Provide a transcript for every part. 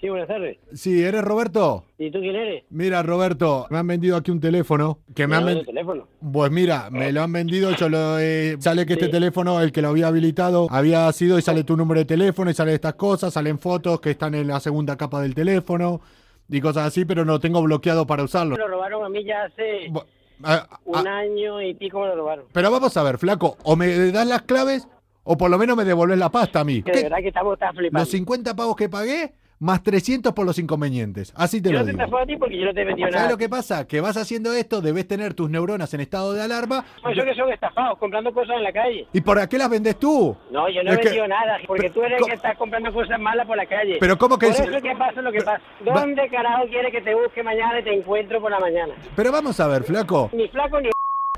Sí, buenas tardes. Sí, ¿eres Roberto? ¿Y tú quién eres? Mira, Roberto, me han vendido aquí un teléfono. Que me han ¿Tienes ven- otro teléfono? Pues mira, me lo han vendido, yo lo he- sale que este teléfono, el que lo había habilitado, había sido y sale tu número de teléfono y sale estas cosas, salen fotos que están en la segunda capa del teléfono y cosas así, pero no tengo bloqueado para usarlo. Me lo robaron a mí ya hace Bu- ah, ah, un año y pico me lo robaron. pero vamos a ver, flaco, o me das las claves o por lo menos me devolves la pasta a mí. Que ¿Qué? de verdad que estamos tan flipando. Los 50 pavos que pagué, más 300 por los inconvenientes. Así te yo lo no te digo. estafo a ti porque yo no te he vendido ¿Sabes nada. Ah, lo que pasa? Que vas haciendo esto, debes tener tus neuronas en estado de alarma. Pues yo que son estafados, comprando cosas en la calle. ¿Y por qué las vendes tú? No, yo no he Es que- vendido nada, porque tú eres el co- que estás comprando cosas malas por la calle. Pero ¿cómo que Por dice- eso es que pasa lo que Pero- pasa. va- ¿Dónde carajo quieres que te busque mañana y te encuentro por la mañana? Pero vamos a ver, flaco. Ni flaco ni...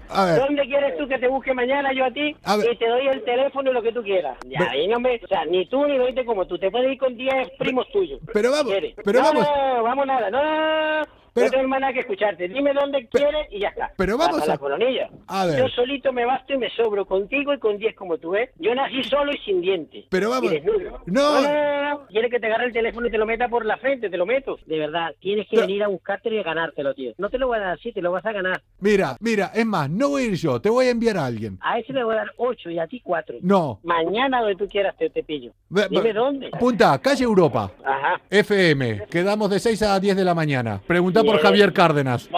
A ver, ¿Dónde quieres tú que te busque mañana yo a ti? Eh. A ver. y te doy el teléfono y lo que tú quieras. Ya, Ve- ahí no me... O sea, ni tú ni lo viste como tú. Te puedes ir con 10 primos tuyos. pero vamos, ¿Quieres? pero no, vamos. No, vamos nada. No, no, no. Pero- no tengo más nada que escucharte. Dime dónde quieres y ya está. pero vamos Hasta a- la coronilla. a ver. Yo solito me basto y me sobro contigo y con 10 como tú, ¿eh? Yo nací solo y sin dientes. Pero vamos- Y desnudo. No, no, No. no, no. Quieres que te agarre el teléfono y te lo meta por la frente, te lo meto. De verdad, tienes que Pero- venir a buscártelo y a ganártelo, tío. No te lo voy a dar así, te lo vas a ganar. Mira, mira, es más, no voy a ir yo, te voy a enviar a alguien. A ese le voy a dar 8 y a ti 4. No. Mañana donde tú quieras te, te pillo. Ve- Dime ve- dónde. Punta, calle Europa, Ajá. FM. Quedamos de 6 a 10 de la mañana. Pregunta por Bien. Javier Cárdenas.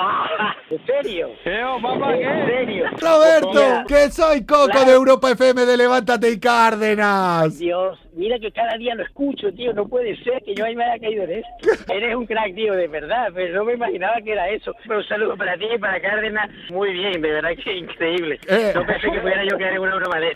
¿En serio? papá, ¿En serio? Roberto, Mira, que soy Coco de Europa FM de Levántate y Cárdenas. Dios, mira que cada día lo escucho, tío. No puede ser que yo ahí me haya caído en eso. Eres un crack, tío, de verdad. Pero no me imaginaba que era eso. Pero un saludo para ti y para Cárdenas. Muy bien, de verdad que increíble. Eh. No pensé que pudiera yo caer en una broma de